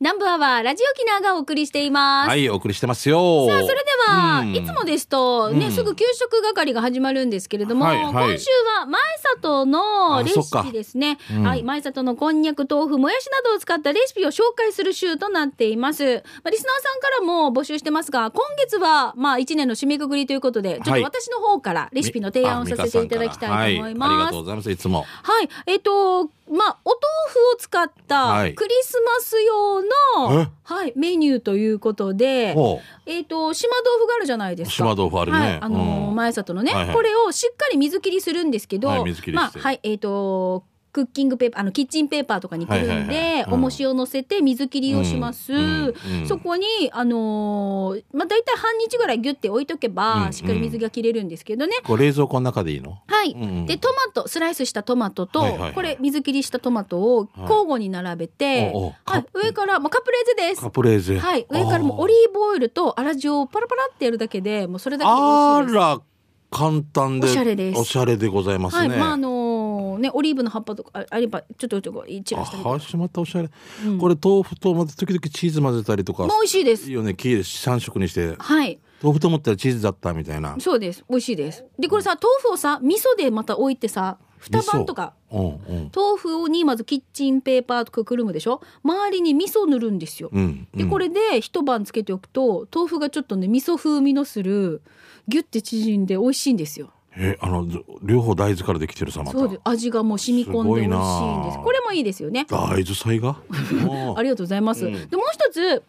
南部アワーラジオキナがお送りしています。はい、お送りしてますよ。さあそれでは、うんいつもですとね、うんすぐ給食係が始まるんですけれども、はいはい今週は前里のレシピですね、っかうんはい前里のこんにゃく豆腐もやしなどを使ったレシピを紹介する週となっています、まあ、リスナーさんからも募集してますが今月はまあ1年の締めくくりということでちょっはとい私の方からレシピの提案をさせていただきたいと思いあ美香さんからまはいありがすとうございます、いつも。はい、えっ、と、まあ、お豆腐を使ったはいクリスマス用の、えはい、メニューということで、ほえっ、と、島豆腐があるじゃないですか。島豆腐あるねはい、あのーうん前里のね、はいはいこれをしっかり水切りするんですけど、はい水切りましあ、てはい、えっ、と、クッキングペーパー、あの、キッチンペーパーとかにくるんで、はいはいはいうん重しを乗せて水切りをします。うんうんうんそこに、あのーまあ、大体半日ぐらいギュって置いとけば、うんしっかり水が切れるんですけどね。う。これ冷蔵庫の中でいいのはい、うんうんでトマトスライスしたトマトと、はいはいはいこれ水切りしたトマトをはい交互に並べて、おうおうはい、上から、まあ、カプレーゼですカ。プレーゼ。はい、上からもうオリーブオイルと粗塩をパラパラってやるだけでもうそれだけで美あ味しいでーす。ら、簡単で。おしゃれですおしゃれでございますはい、ね。まああのーねオリーブの葉っぱとかああればちょっとちょっと散らしたりとかあ、しまったおしゃれ。うんこれ豆腐とまた時々チーズ混ぜたりとか。もう美味しいでいいす。よね、きれい三色にして。はい、豆腐と思ったらチーズだったみたいな。そうです。美味しいです。でこれさ豆腐をさ味噌でまた置いてさ二晩とか。うんうん。豆腐にまずキッチンペーパーとかくるむでしょ周りに味噌を塗るんですよ。うん。でこれで一晩つけておくと豆腐がちょっとね味噌風味のするギュッて縮んで美味しいんですよ。え、あの、ず両方大豆からできてるさ、また。そうです味がもう染み込んで美味しいんですすごいなあこれもいいですよね。大豆菜 がありがとうございます。うんでもう一つ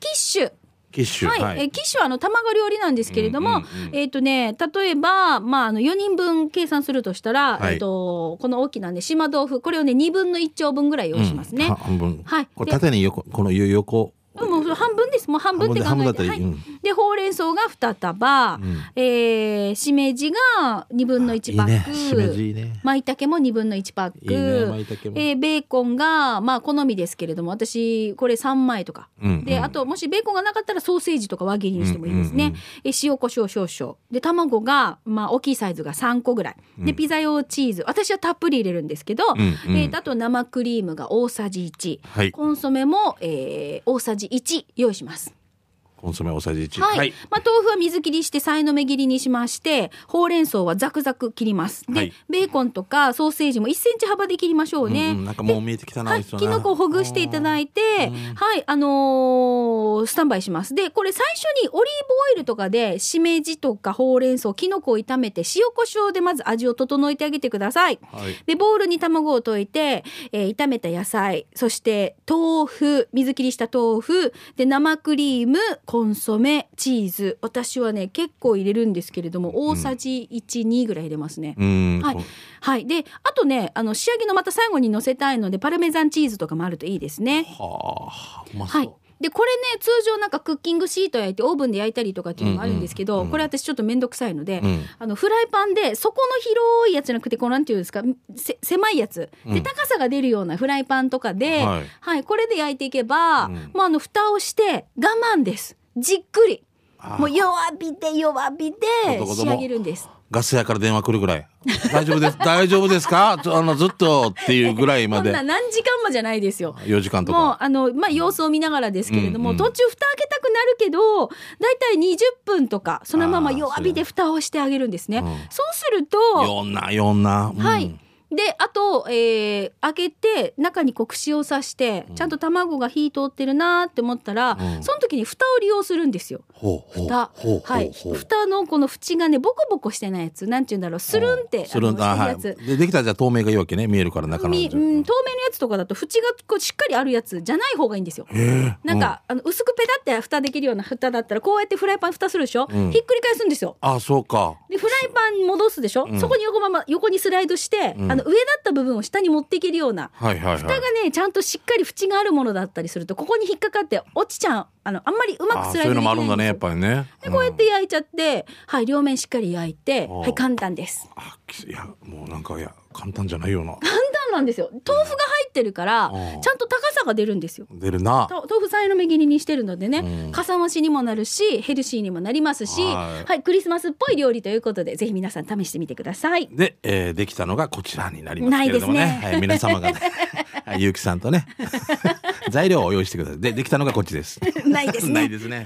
キッシュキッシュ。はい、えーキッシュはあの卵料理なんですけれども、うんうんうんえっ、とね例えばまああの4人分計算するとしたら、はいえっ、とこの大きなね島豆腐これをね2分の1丁分ぐらい用意しますね。うんは半分。はいこれで縦に横、この横。もうそれ半分ですもう半分って考半分えだったてりはいうんでほうれん草が2束、んえーしめじが2分の1パいいッねク。しめじいいね。まいたけも2分の1パックいいね舞茸もえーベーコンがまあ好みですけれども私これ3枚とか、うんうんであともしベーコンがなかったらソーセージとか輪切りにしてもいいですね、うんうんうんえー塩コショウ少々で卵が、まあ、大きいサイズが3個ぐらいでピザ用チーズ私はたっぷり入れるんですけど、んうんえーあと生クリームが大さじ1、はいコンソメも、えー大さじ1用意します。コンソメ大さじ1。はい、まあ、豆腐は水切りしてさいの目切りにしましてほうれん草はザクザク切りますで、はいベーコンとかソーセージも1センチ幅で切りましょうね、うんうんなんかもう見えてきたなはい、美味しそうきなのこをほぐしていただいて、はい、あのースタンバイします。で、これ最初にオリーブオイルとかで、しめじとかほうれん草、きのこを炒めて、塩コショウでまず味を整えてあげてください。はいで、ボウルに卵を溶いて、えー炒めた野菜、そして豆腐、水切りした豆腐、で、生クリーム、コンソメ、チーズ。私はね、結構入れるんですけれども、大さじ1、2ぐらい入れますね。うん。はいこう。はい。で、あとね、あの、仕上げのまた最後に乗せたいので、パルメザンチーズとかもあるといいですね。はあ、うまそう。はい。で、これね、通常なんかクッキングシート焼いて、オーブンで焼いたりとかっていうのもあるんですけど、これ私ちょっとめんどくさいので、うんあの、フライパンで、底の広いやつじゃなくて、こうなんていうんですか、せ狭いやつ。で、高さが出るようなフライパンとかで、ははいい、これで焼いていけば、んもうあの、蓋をして、我慢です。じっくり。あーもう弱火で弱火でどこど仕も上げるんです。ガス屋から電話来るぐらい。大丈夫です。 大丈夫ですかちょあの、ずっとっていうぐらいこまんでな。何時間もじゃないですよ。 4時間ともうか。あの、まあ、様子を見ながらですけれども、うんうん途中蓋開けたくなるけど大体20分とかそのまま弱火で蓋をしてあげるんですね。あーそそううやうんすると、よんな、よんな。うんはい。であと、えー開けて中にこう串を刺してちゃんと卵が火通ってるなーって思ったら、うんその時に蓋を利用するんですよ。ほうほう。蓋ほうほはうい、ほう。蓋のこの縁がねボコボコしてないやつなんて言うんだろうスルンってするんあだ、のしてはるやい。つ、で、できたらじゃあ透明がいいわけね。見えるから中の。みうん、透明のやつとかだと縁がこうしっかりあるやつじゃない方がいいんですよ。なんか、あの薄くペタって蓋できるような蓋だったらこうやってフライパン蓋するでしょ、んひっくり返すんですよ。あ、そうか。でフライパン戻すでしょ、そこに横まま横にスライドして、あの上だった部分を下に持っていけるような。はいはいはい。蓋がねちゃんとしっかり縁があるものだったりするとここに引っかかって落ちちゃうあのあんまりうまあくスそラうイいドうでのきないもあるんだね、やっぱりね。でこうやって焼いちゃって、はい両面しっかり焼いて、はい簡単です。あきいやもうなんかいや簡単じゃないよな簡単なんですよ豆腐が入ってるからうんちゃんと高さが出るんですよ。出るなと豆腐さえの目切りにしてるのでね、かさ増しにもなるしヘルシーにもなりますし、ははいいクリスマスっぽい料理ということでぜひ皆さん試してみてくだ さい。で、えー、できたのがこちらになりますけれども ねないですねはい、皆様がね はいゆうきさんとね材料を用意してください。で、できたのがこっちです。ないですなね。いで すね。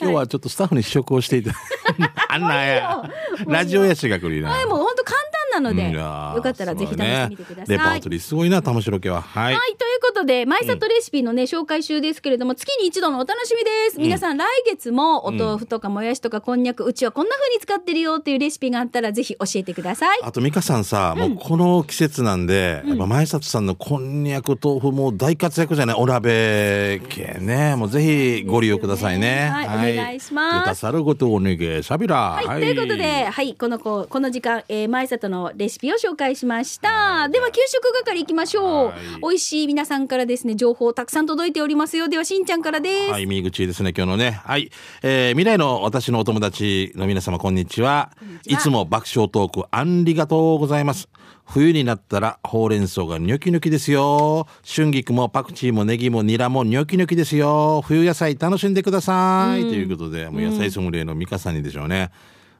今日はちょっとスタッフに試食をしていた。 あんなや。ラジオやしが来るな。はい、もう本当簡単なので、うんいよやーかったらぜひ試してみてください。そうねレパートリーすごいな、玉城家は。はい。はい、ということで、マイサトレシピのね、紹介集ですけれども、月に一度のお楽しみです。皆さん、来月もお豆腐とかもやしとかこんにゃく、うちはこんな風に使ってるよっていうレシピがあったら、ぜひ教えてください。あと美香さんさ、もうこの季節なんで、やっぱ前里さんのこんにゃく豆腐もう大活躍じゃないお鍋系ねもうぜひご利用くださいねそうですよねはいお願いしますゆたさることおねげしゃびらはい、はということで、はい、この子、この時間、えー、前里のレシピを紹介しました。では、給食係行きましょうはい。美味しい皆さんからですね、情報たくさん届いておりますよ。では、しんちゃんからです。はい、右口ですね、今日のね。はい。えー未来の私のお友達の皆様、こんにちは。ちはいつも爆笑トーク、あんりがとうございます。冬になったら、ほうれん草がニョキニョキですよ。春菊もパクチーもネギもニラもニョキニョキですよ。冬野菜楽しんでください。ということで、もう野菜ソムリエの美香さんにでしょうね。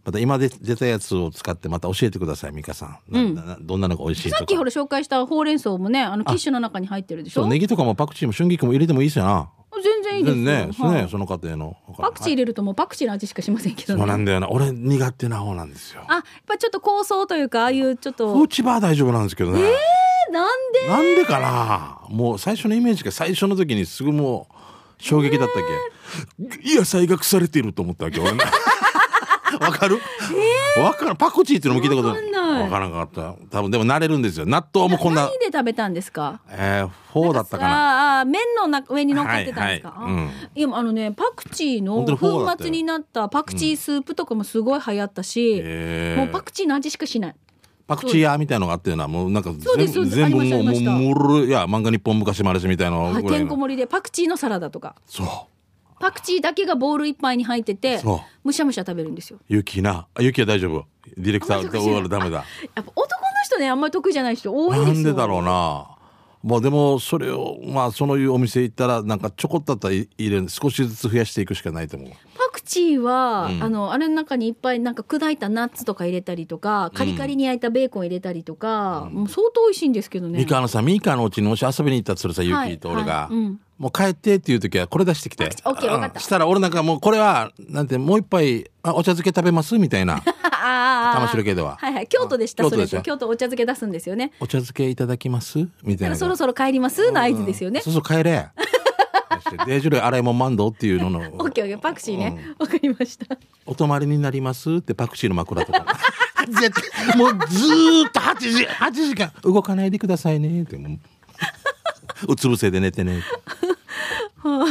また今で出たやつを使ってまた教えてください、美香さん。ななどんなのが美味しいとか。さっきほら紹介したほうれん草もね、あの、キッシュの中に入ってるでしそうょネギとかもパクチーも春菊も入れてもいいですよな。全然いいですよ。ね、はいね、その家庭の。パクチー入れるともうパクチーの味しかしませんけどそうね。なんだよな。俺苦手な方なんですよ。あ、やっぱちょっと香草というか、ああいうちょっと、うちばは大丈夫なんですけどね。えなんでなんでかなもう最初のイメージが最初の時にすぐもう衝撃だったっけ、野菜が腐れていると思ったわけ俺ね わかるわ、からんパクチーっていうのも聞いたことわかんないわからなかった。多分でも慣れるんですよ。納豆もこんな何、で食べたんですかえー、フォーだったかあな。ーあー、麺の中上に乗っかってたんですか、はいはいうんいや、あのね、パクチーの本当にフォーだ粉ったよ末になったパクチースープとかもすごい流行ったし、えーもうパクチーの味しかしない。パクチー屋みたいのがあったよな。もうなんかそうで全すそうで部す全部ありましたもう、ありまもしう、たもろい、いや、漫画日本昔話みたいなはい、ぐらていんこの。盛りでパクチーのサラダとか。そう。パクチーだけがボウル一杯に入っててそう、むしゃむしゃ食べるんですよ。ゆきな。あゆきは大丈夫。ディレクタあーまであ終わるダメだ。やっぱ男の人ね、あんまり得意じゃない人多いでなすよ。んでだろうな。まあでもそれをまあそのいうお店行ったらなんかちょこっとだったら入れる少しずつ増やしていくしかないと思う。パクチーは、あのあれの中にいっぱいなんか砕いたナッツとか入れたりとかカリカリに焼いたベーコン入れたりとか、もう相当美味しいんですけどねミカのさ、ミカのうちにもし遊びに行ったとするさ、ゆはいきと俺がはいうん。もう帰ってっていう時はこれ出してきて。あオッケーわかったうんしたら俺なんかもうこれは、なんてもう一杯、あ、お茶漬け食べますみたいな。 ああああ玉城家でははいはい京都でしたあそれ京都でし京た都お茶漬け出すんですよねお茶漬けいただきますみただいかな。らそろそろ帰りますの合図ですよね、そうそう、帰 れ。そしてデージュレ洗いもんマンドっていうのの。オッケーオッケーパクチーねわ、かりましたお泊まりになりますってパクチーの枕とか。絶対もうずーっと8時、8時間動かないでくださいねってもう。うつ伏せで寝てねって。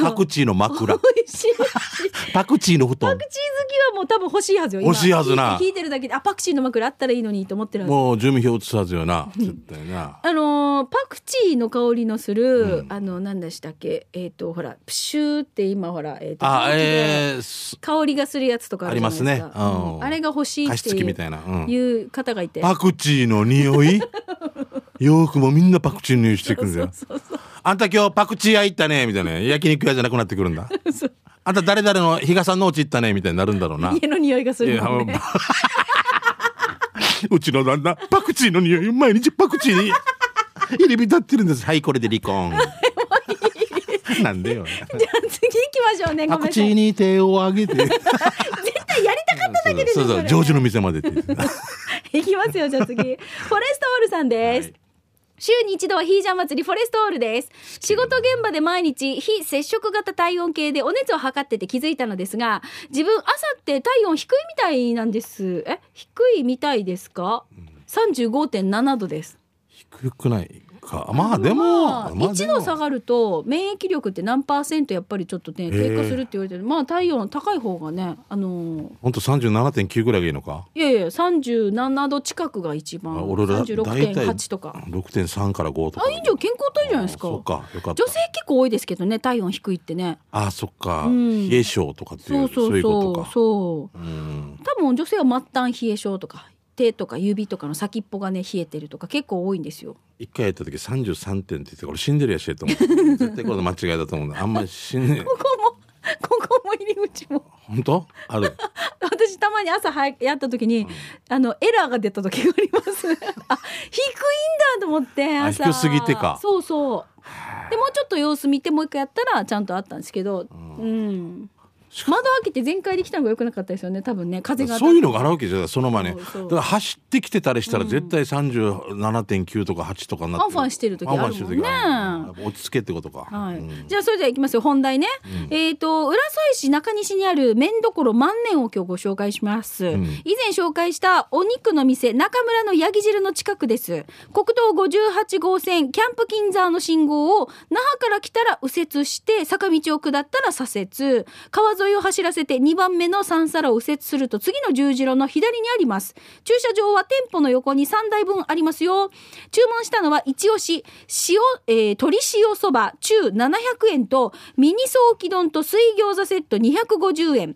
パクチーの枕。美味しいパクチーの布団パ。クチー好きはもう多分欲しいはずよ今欲しいはずな聞いて聞いてるだけであパクチーの枕あったらいいのにと思ってるはずもう住民票移すはずよな。絶対 な。あのーパクチーの香りのする、あの何でしたっけえっ、とほらプシューって今ほらえっ、とあ、空気でえーす、香りがするやつとかあるじゃないですかありますねうんあれが欲しいって加湿い器うみたいなうんいう方がいてパクチーの匂いよくもみんなパクチーの匂いしてくるんだよ。そうそうあんた今日パクチー屋行ったねみたいな。焼肉屋じゃなくなってくるんだ。あんた誰々の比嘉さんのお家行ったねみたいになるんだろうな。家の匂いがすいるやもんもね ううちの旦那パクチーの匂い毎日パクチーに入り浸ってるんですはいこれで離婚 なんでよ じゃあ次行きましょうねごめんなパクチさーいに手を挙 げて絶対やりたかっただけでしそょうそそうれジョ ージの店までって言ってたいきますよじゃあ 次フォレストオールさんです、週に一度はヒージャン祭りフォレストオールです。仕事現場で毎日非接触型体温計でお熱を測ってて気づいたのですが、自分朝って体温低いみたいなんです。え、低いみたいですか ?35.7 度です。低くないかまあでもまあまあ一で度も下がると免疫力って何パーセントやっぱりちょっとね低下するって言われてる、まあ体温高い方がねあのーほんと37.9ぐらいがいいのかいやいや37度近くが一あ番俺ら大体36.8とか6.3から5とかあいいじゃん健康体じゃないですかあそっかよかった女性結構多いですけどね体温低いってねあそっか、うん冷え性とかっていそううそうそういうこそとうかそううん多分女性は末端冷え症とか手とか指とかの先っぽがね冷えてるとか結構多いんですよ一回やった時33点って言って俺死んでるやしえと思う絶対これ間違いだと思うんだあんまり死んで ここもここも入り口も本当ある 私たまに朝早くやった時に、あのエラーが出た時 がありますあ低いんだと思ってあ朝低すぎてかそうそうでもうちょっと様子見てもう一回やったらちゃんとあったんですけど、うん、窓開けて全開できたのが良くなかったですよね多分ね風が当たそうっいてうのがあるわけじゃないその前にそうそうだから走ってきてたりしたら絶対37.9とか8とかになってファンファンしてる時ファンファンしてる時あるもんねやっぱ落ち着けってことか、はいうんじゃあそれではいきますよ本題ね、えっ、と浦添市中西にある麺どころ万年を今日ご紹介します、ん以前紹介したお肉の店中村のヤギ汁の近くです国道58号線キャンプ金沢の信号を那覇から来たら右折して坂道を下ったら左折川沿いを走らせて2番目の三皿を右折すると次の十字路の左にあります駐車場は店舗の横に3台分ありますよ注文したのは一押し塩、えー鶏塩そば中700円とミニソーキ丼と水餃子セット250円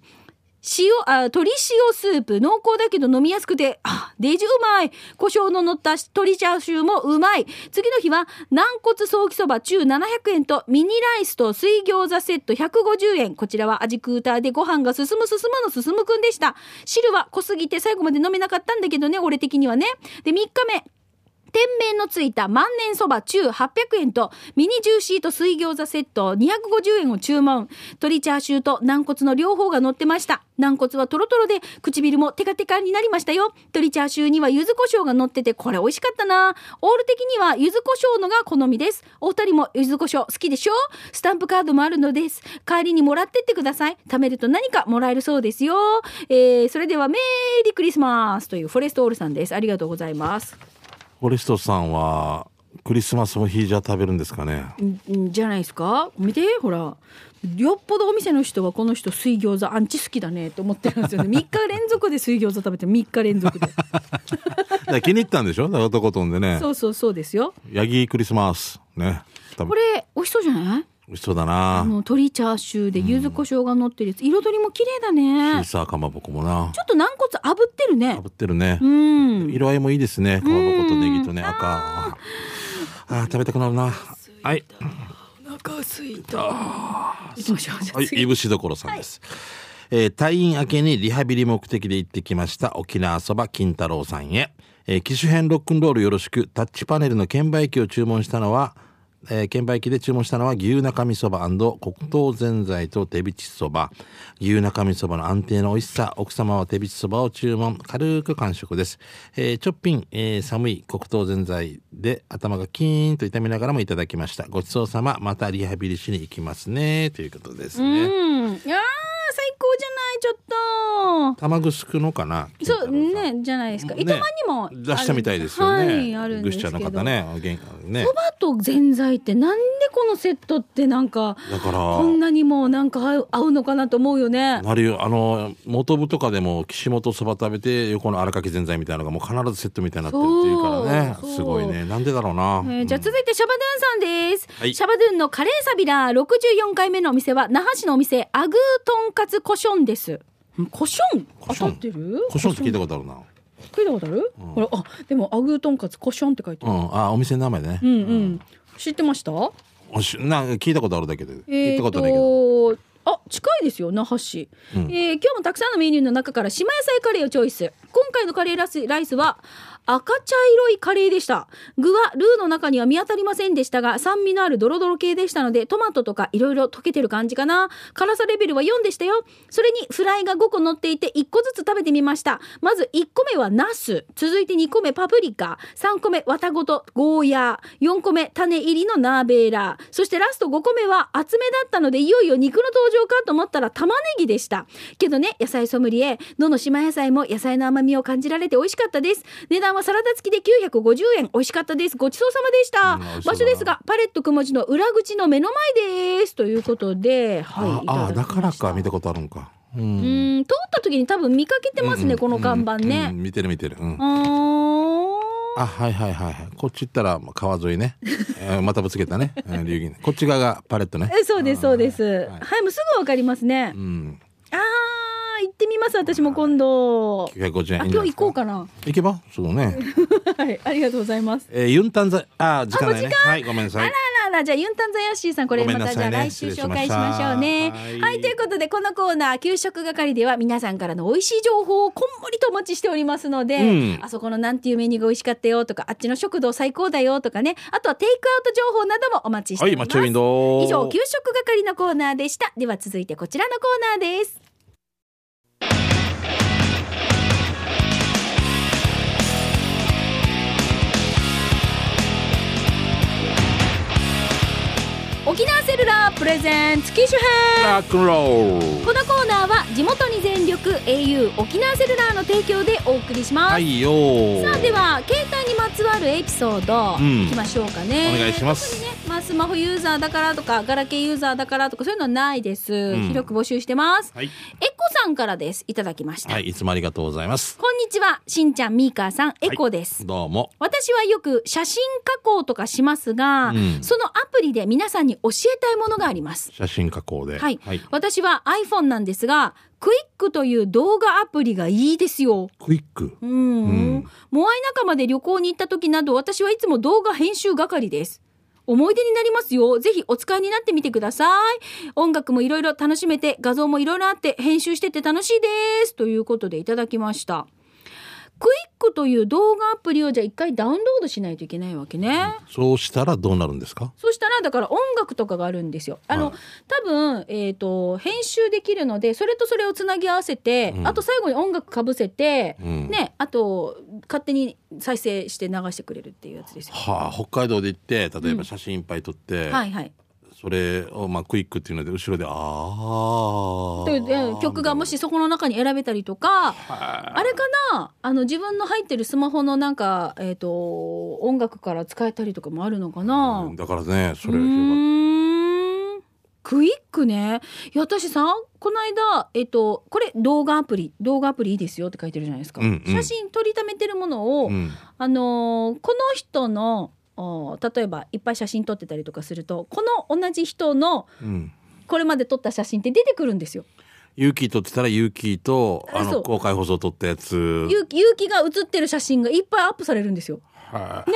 塩あ鶏塩スープ濃厚だけど飲みやすくてあデージうまい胡椒の乗った鶏チャーシューもうまい次の日は軟骨ソーキそば中700円とミニライスと水餃子セット150円こちらは味クーターでご飯が進む進むの進むくんでした汁は濃すぎて最後まで飲めなかったんだけどね俺的にはねで3日目店名のついた万年そば中800円とミニジューシーと水餃子セット250円を注文鶏チャーシューと軟骨の両方が乗ってました軟骨はトロトロで唇もテカテカになりましたよ鶏チャーシューには柚子胡椒が乗っててこれ美味しかったなオール的には柚子胡椒のが好みですお二人も柚子胡椒好きでしょスタンプカードもあるのです帰りにもらってってください貯めると何かもらえるそうですよ、えーそれではメリークリスマスというフォレストオールさんですありがとうございますフォレストさんはクリスマスもヒージャー食べるんですかねんんじゃないですか見てほらよっぽどお店の人はこの人水餃子アンチ好きだねと思ってるん ですよね3日連続で水餃子食べて3日連続でだから気に入ったんでしょだから男とんでねそうそうそうですよヤギクリスマスね多こ分れ美味しそうじゃない美味しそうだあなの鶏チャーシューで柚子胡椒が乗ってるやつ彩りも綺麗だシねーちサーかまぼこもなょっと軟骨炙ってるね炙ってるねうん色合いもいいですねかまぼことネギとね赤あー食べたくなるなはいお腹すいた行きましょうじゃあはい、次いぶしどころさんです。えー退院明けにリハビリ目的で行ってきました沖縄そば金太郎さんへ、えー機種編ロックンロールよろしくタッチパネルの券売機を注文したのは、えー券売機で注文したのは牛中身そば黒糖ぜんざいと手びちそば牛中身そばの安定の美味しさ奥様は手びちそばを注文軽く完食です、えーちょっぴん、えー寒い黒糖ぜんざいで頭がキーンと痛みながらもいただきましたごちそうさままたリハビリしに行きますねということですね、うんいやー最高じゃないちょっと玉すくのかなそう金太郎さんねじゃないですかね糸満にもあるん出したみたいですよね、はいあるんですけどグッシャーの方ね元ねそばとぜんざいってなんでこのセットってなんかだからこんなにもなんか合う合うのかなと思うよね。なるよあの元部とかでも岸本そば食べて横の荒垣ぜんざいみたいなのがもう必ずセットみたいになってるっていうからねそうそうすごいねなんでだろうな、えーじゃあ続いてシャバドゥンさんです、はいシャバドゥンのカレーサビラ64回目のお店は那覇市のお店アグーとんかつコションです。んコションコ当ショたンってる？胡椒って聞いたことあるな聞いたことある？ほらあでもアグーとんかつコションって書いてうある。んあお店の名前ね、うんうん知ってました？おしな聞いたことあるだけで、聞えーいとたことないけどあ近いですよ那覇市、うんえー今日もたくさんのメニューの中から島野菜カレーをチョイス今回のカレーラスライスは赤茶色いカレーでした具はルーの中には見当たりませんでしたが酸味のあるドロドロ系でしたのでトマトとかいろいろ溶けてる感じかな辛さレベルは4でしたよそれにフライが5個乗っていて1個ずつ食べてみましたまず1個目はナス続いて2個目パプリカ3個目綿ごとゴーヤー4個目種入りのナーベーラーそしてラスト5個目は厚めだったのでいよいよ肉の登場かと思ったら玉ねぎでしたけどね野菜ソムリエどの島野菜も野菜の甘みを感じられて美味しかったです値段はサラダ付きで950円美味しかったですごちそうさまでした、うん美味しそうだな場所ですがパレットくもじの裏口の目の前ですということではいあいただきまあしただからか見たことあるんかうん、うーん通った時に多分見かけてますね、この看板うね。ん見てる見てるうんあーあはいはいはいはいこっち行ったらまあ川沿い ね、えーまたぶつけたね、うん流銀こっち側がパレットねえそうですそうです。はい、はいもうすぐわかりますね。うんあー行ってみます私も今度。 950円あいいんじゃ今日ないで行すこうかな。行けばそうねはいありがとうございます。えーユンタンザあー時間ないねあもう時はいごめんなさいあらナーじゃあユンタンザヨッシーさんこれごめまんなたさいじねゃあ来週紹介しましょうね。失礼しまはしい、たということでこのコーナー給食係では皆さんからの美味しい情報をこんもりとお待ちしておりますので、うんあそこのなんていうメニューが美味しかったよとかあっちの食堂最高だよとかねあとはテイクアウト情報などもお待ちしておはい、りまマッす。チョウィンド以上給食係のコーナーでしたでは続いてこちらのコーナーです沖縄セルラープレゼンツ機種編ラックンローこル。のコーナーは地元に全力 au 沖縄セルラーの提供でお送りします、はいよさあでは携帯にまつわるエピソード、うんいきましょうかねお願いします特にね、まあ、スマホユーザーだからとかガラケーユーザーだからとかそういうのはないです、ん広く募集してます、はい。エコさんからですいただきました、はい、いつもありがとうございます。こんにちはしんちゃんみーかーさんエコです、どうも。私はよく写真加工とかしますが、うんそのアプリで皆さんに教えたいものがあります写真加工で。はい、私は iPhone なんですがクイックという動画アプリがいいですよクイック。うん、うんモアイ仲間で旅行に行った時など私はいつも動画編集係です思い出になりますよぜひお使いになってみてください音楽もいろいろ楽しめて画像もいろいろあって編集してて楽しいですということでいただきましたクイックという動画アプリをじゃあ一回ダウンロードしないといけないわけね、そうしたらどうなるんですかそしたらだから音楽とかがあるんですよ。あの、はい多分えっ、と編集できるのでそれとそれをつなぎ合わせて、うんあと最後に音楽かぶせて、うんねあと勝手に再生して流してくれるっていうやつですよ。はあ、北海道で行って、例えば写真いっぱい撮って、はいはい。それを、まあ、クイックっていうので、後ろで、ああ。というえ曲がもしそこの中に選べたりとか。はあれかなあの自分の入ってるスマホのなんか、えっと音楽から使えたりとかもあるのかな、あ、うんだからね、そうれは広がっーんクイックねいや私さこの間、えっと、これ動画アプリ動画アプリいいですよって書いてるじゃないですか、うんうん写真撮りためてるものを、うん。あのーこの人のお例えばいっぱい写真撮ってたりとかするとこの同じ人のうん。これまで撮った写真って出てくるんですよ。勇気撮ってたら勇気と、あその、う公開放送撮ったやつ。ゆうきゆうきが写ってる写真がいっぱいアップされるんですよ。は ね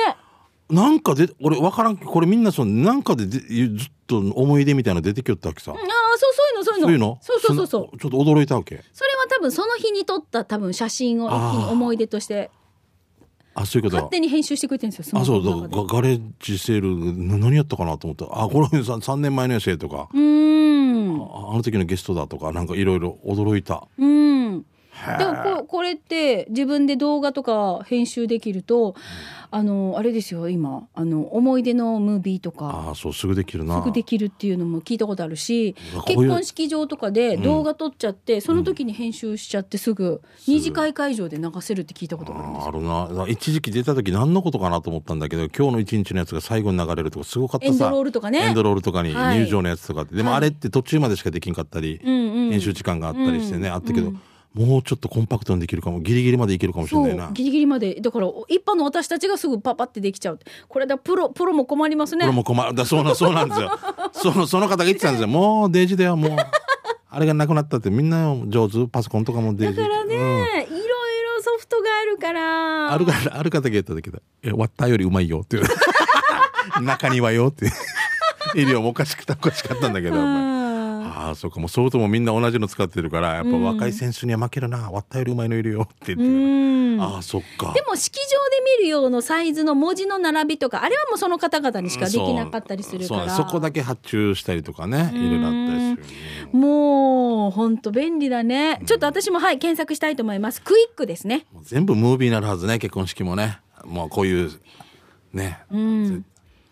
いなんかで、俺分からんけどこれみんなその、なんかででずっと思い出みたいなの出てきよったわけさ。ああそうそういうのそういうのそういうのそうそうそうそうそのちょっと驚いたわけ。それは多分その日に撮った多分写真を一気に思い出としてあ、そういうこと勝手に編集してくれてるんですよ。あ、スマそホのう中だでガ、ガレージセール、な何やったかなと思った。あ、これさん3年前のやつやとか、うーん。ああの時のゲストだとか、なんかいろいろ驚いた。うん。へでもここれって自分で動画とか編集できると、あのあれですよ今あの思い出のムービーとかあ、そう、すぐできるな。すぐできるっていうのも聞いたことあるしうわこういう結婚式場とかで動画撮っちゃって、その時に編集しちゃってすぐ二次会会場で流せるって聞いたことがあるんであすーあよ。るなだから一時期出た時何のことかなと思ったんだけど今日の一日のやつが最後に流れるとかすごかったさエンドロールとかねエンドロールとかにはい入場のやつとかって、でもはいあれって途中までしかできんかったり、うんうん編集時間があったりしてね、うんあったけど、うんもうちょっとコンパクトにできるかもギリギリまでいけるかもしれそないなうギリギリまでだから一般の私たちがすぐパパってできちゃうこれだプロプロも困りますねこれも困るだそうなそうなん ですよそのその方が言ってたんですよもうデイジだよもうあれがなくなったってみんな上手パソコンとかもデイだジからね、ういんろいろソフトがあるからあるからある方が言っただけど「え割ったよりうまいよ」っていう 中にはよって医療もおかしくたおかしかったんだけど、お前うんああそうかもうそうともみんな同じの使ってるからやっぱ若い選手には負けるな、割ったよりうまいのいるよって言ってうる、んああそっかでも式場で見る用のサイズの文字の並びとかあれはもうその方々にしかできなかったりするかそうらそうそこだけ発注したりとかねいろいろあったりするよねもうほんと便利だねちょっと私もはい検索したいと思いますクイックですねもう全部ムービーになるはずね結婚式もねもうこういうね、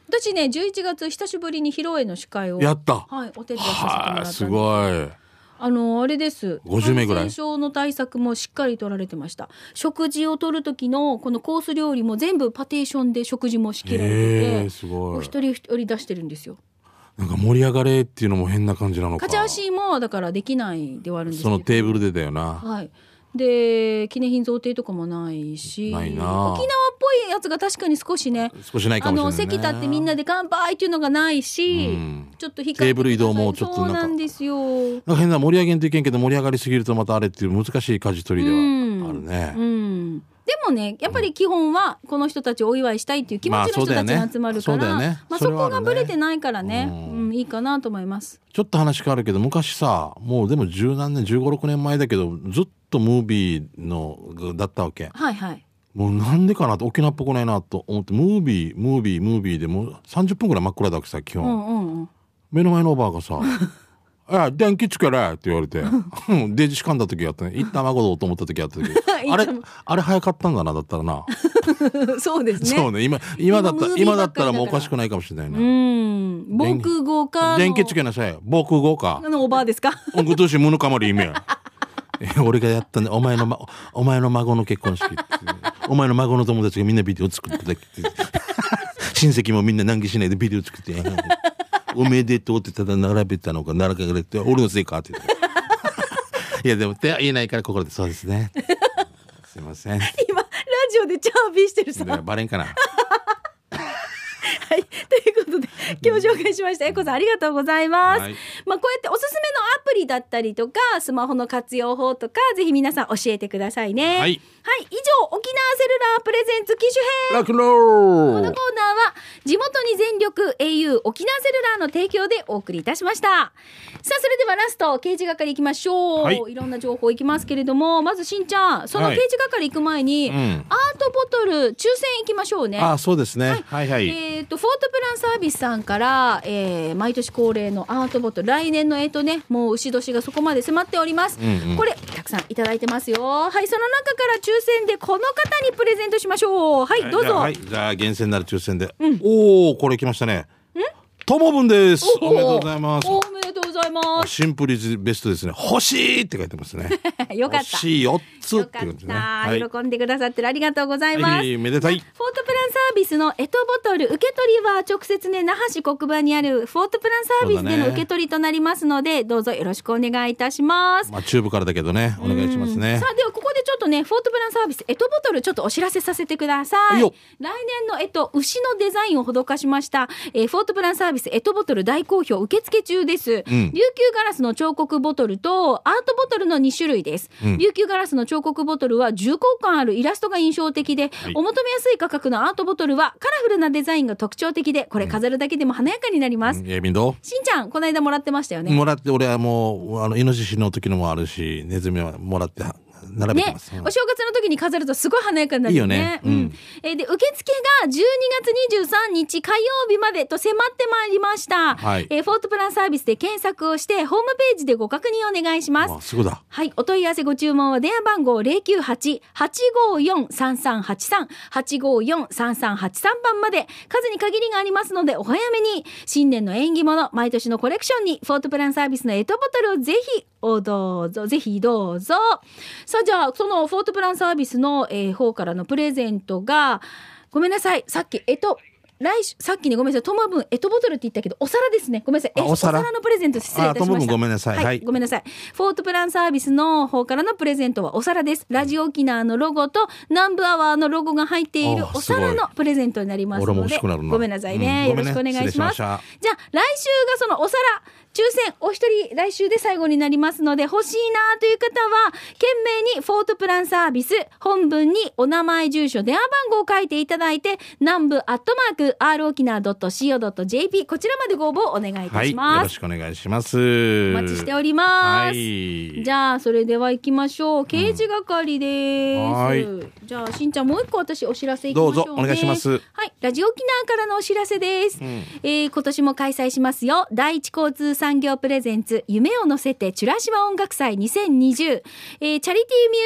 私ね11月久しぶりに披露宴の司会をやったはいお手伝いさせてもらったんはでいすすごいあのあれです50名ぐらい感染症の対策もしっかり取られてました食事を取る時のこのコース料理も全部パテーションで食事も仕切られへてえてすごおい一人お一人出してるんですよなんか盛り上がれっていうのも変な感じなのか勝ち足もだからできないではあるんですけそどのテーブルでだよな。はいで記念品贈呈とかもないしないな沖縄っぽいやつが確かに少しね少しないかあもしれない、のね。席立ってみんなで。で乾杯っていうのがないし、うんちょっと控えてくださいテーブル移動もちょっとなんかそうなんですよなんか変な盛り上げんといけんけど盛り上がりすぎるとまたあれっていう難しい舵取りではあるね。うん、でもねやっぱり基本はこの人たちをお祝いしたいっていう気持ちの人たちが集まるから、まあそうだよねまあ、そそれはあこるねがぶれてないからね、うんうん、いいかなと思います。ちょっと話変わるけど昔さもうでも十何年1 5 6年前だけどずっとムービーのだったわけはいはいもうなんでかなと沖縄っぽくないなと思ってムービームービームービーでもう30分ぐらい真っ暗だわけさ基う本、んうんうん目の前のおばあ がさ「あ電気つけれ」って言われてうんデジかんだ時 やったね一旦孫うと思った時やった時あれあれ早かったんだなだったらな、そうですね。 そうね今今だった今ムービー今だばっっかたりだかららもうおかしくないかもしれないね、うん。防空壕かの。電気つけなさい防空壕かあのおばあですか。 うん今年物かまり意味や え俺がやったねお前の、ま、お前の孫の結婚式ってお前の孫の友達がみんなビデオ作ってたって 親戚もみんな難儀しないでビデオ作っておめでとうってただ並べたのか並べて俺のせいかって言って いやでも手は言えないから心でそうです ねすいま せんで今ラジオでチャービーしてるさ。はい。バレんかなという ことで今日紹介しました。エコさんありがとうございます。はいまあこうやっておすすめのアプリだったりとかスマホの活用法とかぜひ皆さん教えてくださいね。はい以上沖縄セルラープレゼンツ機種編。楽このコローーナーは地元に全力 au 沖縄セルラーの提供でお送りいたしましたさあそれではラスト刑事係いきましょう、はいい、ろんな情報いきますけれどもまずしんちゃんそのはい刑事係行く前に、うんアートボトル抽選いきましょうねあそうですねはいはい、えー、とフォートプランサービスさんから、えー毎年恒例のアートボトル来年のえっ、とねもう牛年がそこまで迫っております、うんうんこれたくさんいただいてますよはいその中から抽選でこの方にプレゼントしましょうはい、どうじゃぞ、あはい、じゃあ厳選なる抽選で。おお、これ来ましたね。ともぶんです。おめでとうございます。おめでとうございます。シンプルイズベストですね。欲しいって書いてますね。 よかっ欲た。しい四つっよてか感っじね。た、はい。喜んでくださってるありがとうございます。はいえいえめでたい。フォートプランサービスのエトボトル受け取りは直接ね那覇市国場にあるフォートプランサービスでそうだのね受け取りとなりますので、どうぞよろしくお願いいたします。まあチューブからだけどね、お願いしますねさ。あではここでちょっとねフォートプランサービスエトボトルちょっとお知らせさせてくださはいいよ来年のえっと牛のデザインを施しました、えーフォートプランサービスエトボトル大好評受付中です、ん琉球ガラスの彫刻ボトルとアートボトルの2種類です、琉球ガラスの彫刻ボトルは重厚感あるイラストが印象的で、いお求めやすい価格のアートボトルはカラフルなデザインが特徴的でこれ飾るだけでも華やかになります、うんえみんどしんちゃんこの間もらってましたよねもらって、俺はもう、あの、イノシシの時のもあるし、ネズミはもらって、並べてねます。う、んお正月の時に飾るとすごい華やかになるよね。いいよねううんん。えーで、受付が12月23日火曜日までと迫ってまいりました。はいえーフォートプランサービスで検索をして、ホームページでご確認お願いしますわ。すごいだ。はい。お問い合わせご注文は電話番号098-854-3383、854-3383番まで、数に限りがありますのでお早めに、新年の縁起物、毎年のコレクションに、フォートプランサービスのエトボトルをぜひ、おどうぞ、ぜひどうぞ。さあ、じゃあ、そのフォートプランサービスの、えー方からのプレゼントが、ごめんなさい。さっき、えと、来週、さっきね、ごめんなさい。トマブン、エトボトルって言ったけど、お皿ですね。ごめんなさい。えあお皿のプレゼント失礼いたしました。あトマブンごめんなさいはいごめんなさい。フォートプランサービスの方からのプレゼントはお皿です。ラジオ沖縄のロゴと南部アワーのロゴが入っているあおすごい皿のプレゼントになりますので。俺も欲しくなるなごめんなさいね。うんよろしくお願いごめんねします。失礼しましじゃあ、来週がそのお皿、抽選、お一人来週で最後になりますので、欲しいなという方は、懸命にフォートプランサービス、本文にお名前、住所、電話番号を書いていただいて、南部アットマーク、r 沖縄 .co.jp、こちらまでご応募をお願いいたはい。しよまろす。しくお願いします。お待ちしております。はい。じゃあそれでは行きましょう刑事係です、うんはじゃあしんちゃんもう一個私お知らせいきましょう、ね、どうぞお願いしますはいラジオ沖縄からのお知らせです、えー今年も開催しますよ第一交通産業プレゼンツ夢を乗せてチュラシマ音楽祭2020、えーチャリティーミュー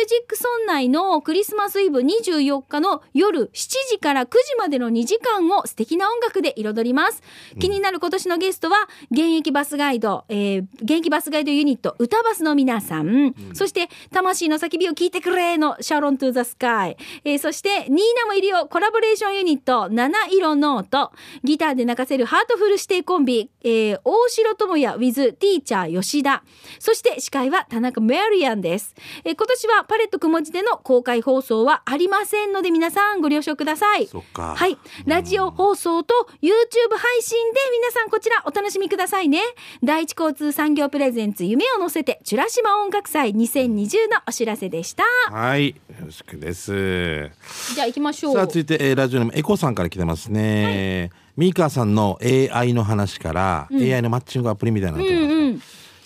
ジック村内のクリスマスイブ24日の夜7時から9時までの2時間を素敵な音楽で彩ります気になる今年のゲストは現役バスガイド、えー現役バスガイドユニット歌バスの皆さん、そして魂の叫びを聞いてくれのシャロントゥーザスカイ、えーそしてニーナもいるよコラボレーションユニット七色ノートギターで泣かせるハートフル指定コンビ、えー大城智也ア with ティーチャー吉田。そして司会は田中メリアンです。えー今年はパレットくも字での公開放送はありませんので皆さんご了承ください。そっかはい。ラジオ放送と YouTube 配信で皆さんこちらお楽しみくださいね。第一交通産業プレゼンツ夢を乗せてチュラシマ音楽祭2020のお知らせでした。はいよろしくですじゃあ行きましょう。さあ続いて、えーラジオネームエコさんから来てますね、ミーカーさんの AI の話から、AI のマッチングアプリみたいなのとか、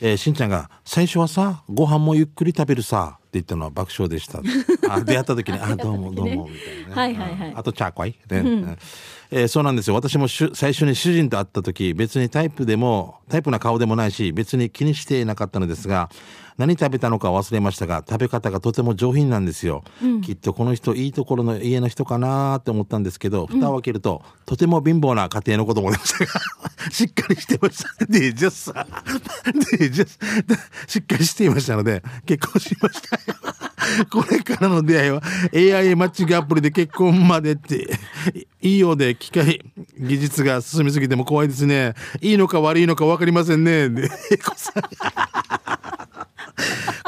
えーしんちゃんが「最初はさご飯もゆっくり食べるさ」って言ったのは爆笑 でしたあ出会った時に「あどうもどうも」みたいなねはいはいはいあとチャーコイ、ねえーそうなんですよ私もしゅ最初に主人と会った時別にタイプでもタイプな顔でもないし別に気にしていなかったのですが何食べたのか忘れましたが食べ方がとても上品なんですよ、きっとこの人いいところの家の人かなーって思ったんですけど蓋を開けると、とても貧乏な家庭の子供でしたがしっかりしてましたデージャスさデージャスしっかりしていましたので結婚しましたよこれからの出会いは AI マッチングアプリで結婚までっていいようで機械技術が進みすぎても怖いですねいいのか悪いのか分かりませんねで英子さん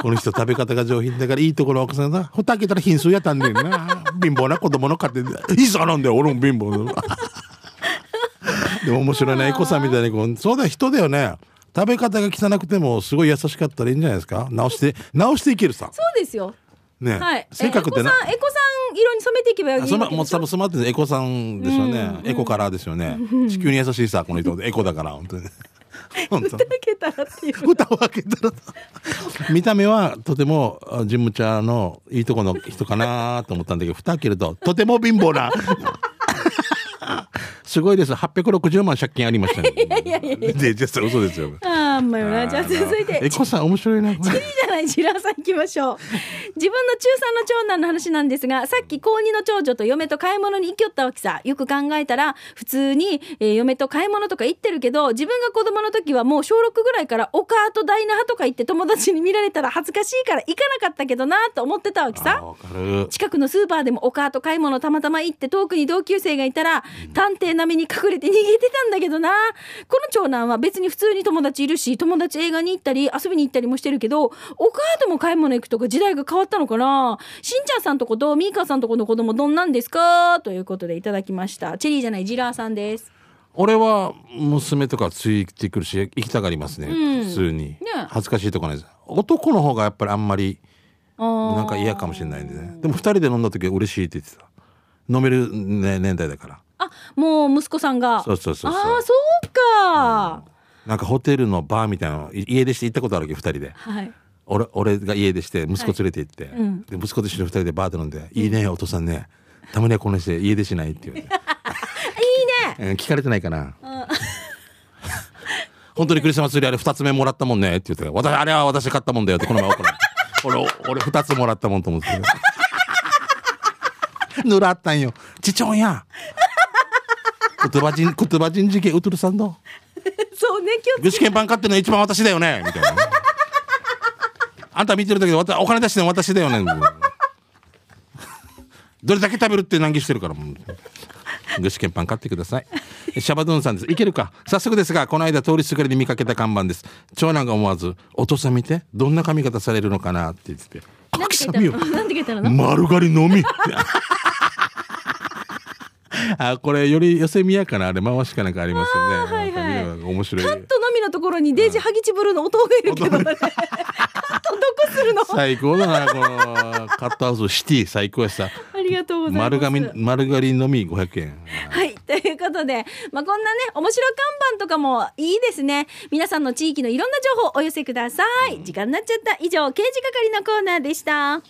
この人食べ方が上品だからいいところは奥さんだほたけたら貧相やったんねんな貧乏な子供の家庭で「いいさなんだよ俺も貧乏だ」でも面白いねエコさんみたいにこうそうだよ人だよね食べ方が汚くてもすごい優しかったらいいんじゃないですか直して直していけるさそうですよ。ね、はい。性格ってなえエコさん、エコさん色に染めていけばいいわあけそのでもうし多ょ分染まってるエコさんでしょうね、エコカラーですよね、地球に優しいさこの人エコだから本当 に本当 ふたけたらっていう。 蓋を開けたら見た目はとてもあジムチャーのいいとこの人かなと思ったんだけど蓋開けるととても貧乏 なすごいです860万借金ありましたねいやいやいやでじゃあ嘘ですよあーまあまあ、じゃあ続いあのエて。コさん面白いなこいいじれゃない、ジラさん行きましょう。自分の中3の長男の話なんですが、さっき高2の長女と嫁と買い物に行きよったわけさ。よく考えたら、普通に、えー嫁と買い物とか行ってるけど、自分が子供の時はもう小6ぐらいから、おかとダイナハとか行って友達に見られたら恥ずかしいから行かなかったけどなと思ってたわけさあ。わかる近くのスーパーでもお母と買い物たまたま行って遠くに同級生がいたら探偵並みに隠れて逃げてたんだけどなこの長男は別に普通に友達いるし友達映画に行ったり遊びに行ったりもしてるけどお母とも買い物行くとか時代が変わったのかなしんちゃんさんとことミーカーさんとこの子供どんなんですかということでいただきましたチェリーじゃないジラーさんです俺は娘とかついてくるし行きたがりますね、うん普通に、恥ずかしいとこないです男の方がやっぱりあんまりななんか嫌かもしれないんでねでも二人で飲んだ時は嬉しいって言ってた飲める、ね、年代だからあもう息子さんがそうそうそうそうああそうか、なんかホテルのバーみたいなのい家出して行ったことあるけど二人ではい俺俺が家出して息子連れて行って、うんで息子と一緒に二人でバーで飲んで「いいねお父さんねたまにはこんなして家出しない」って言われて 「いいね、聞かれてないかな」本当にクリスマスツリーあれ二つ目もらったもんね」って言って「私あれは私買ったもんだよ」ってこの前怒られた俺俺二つもらった もんと思ってぬらったんよちちょんや言葉人言葉人事件うとるさんのそうね気をつけ具志堅版買ってるの一番私だよねみたいなねあんた見てるだけでわたお金出してるの私だよねみたいなどれだけ食べるって難儀してるからもう具志堅パン買ってくださいえシャバドゥンさんですいけるか早速ですがこの間通りすがりで見かけた看板です長男が思わず「お父さん見てどんな髪型されるのかな」って言ってて「なんあてく書しいゃたみよのなんて書いたの丸刈りのみ」あこれより寄せ見やかなあれ回しかなんかありますよねあーはいはいなんか見れば面白いカットのみのところにデイジーハギチブルーの弟がいるけど、 ね、カットどこするの最高だなこのカットハウスシティ最高やさありがとう ございます丸髪丸刈りのみ500円はいということで、まあ、こんなね面白看板とかもいいですね皆さんの地域のいろんな情報をお寄せください時間になっちゃった以上刑事係のコーナーでした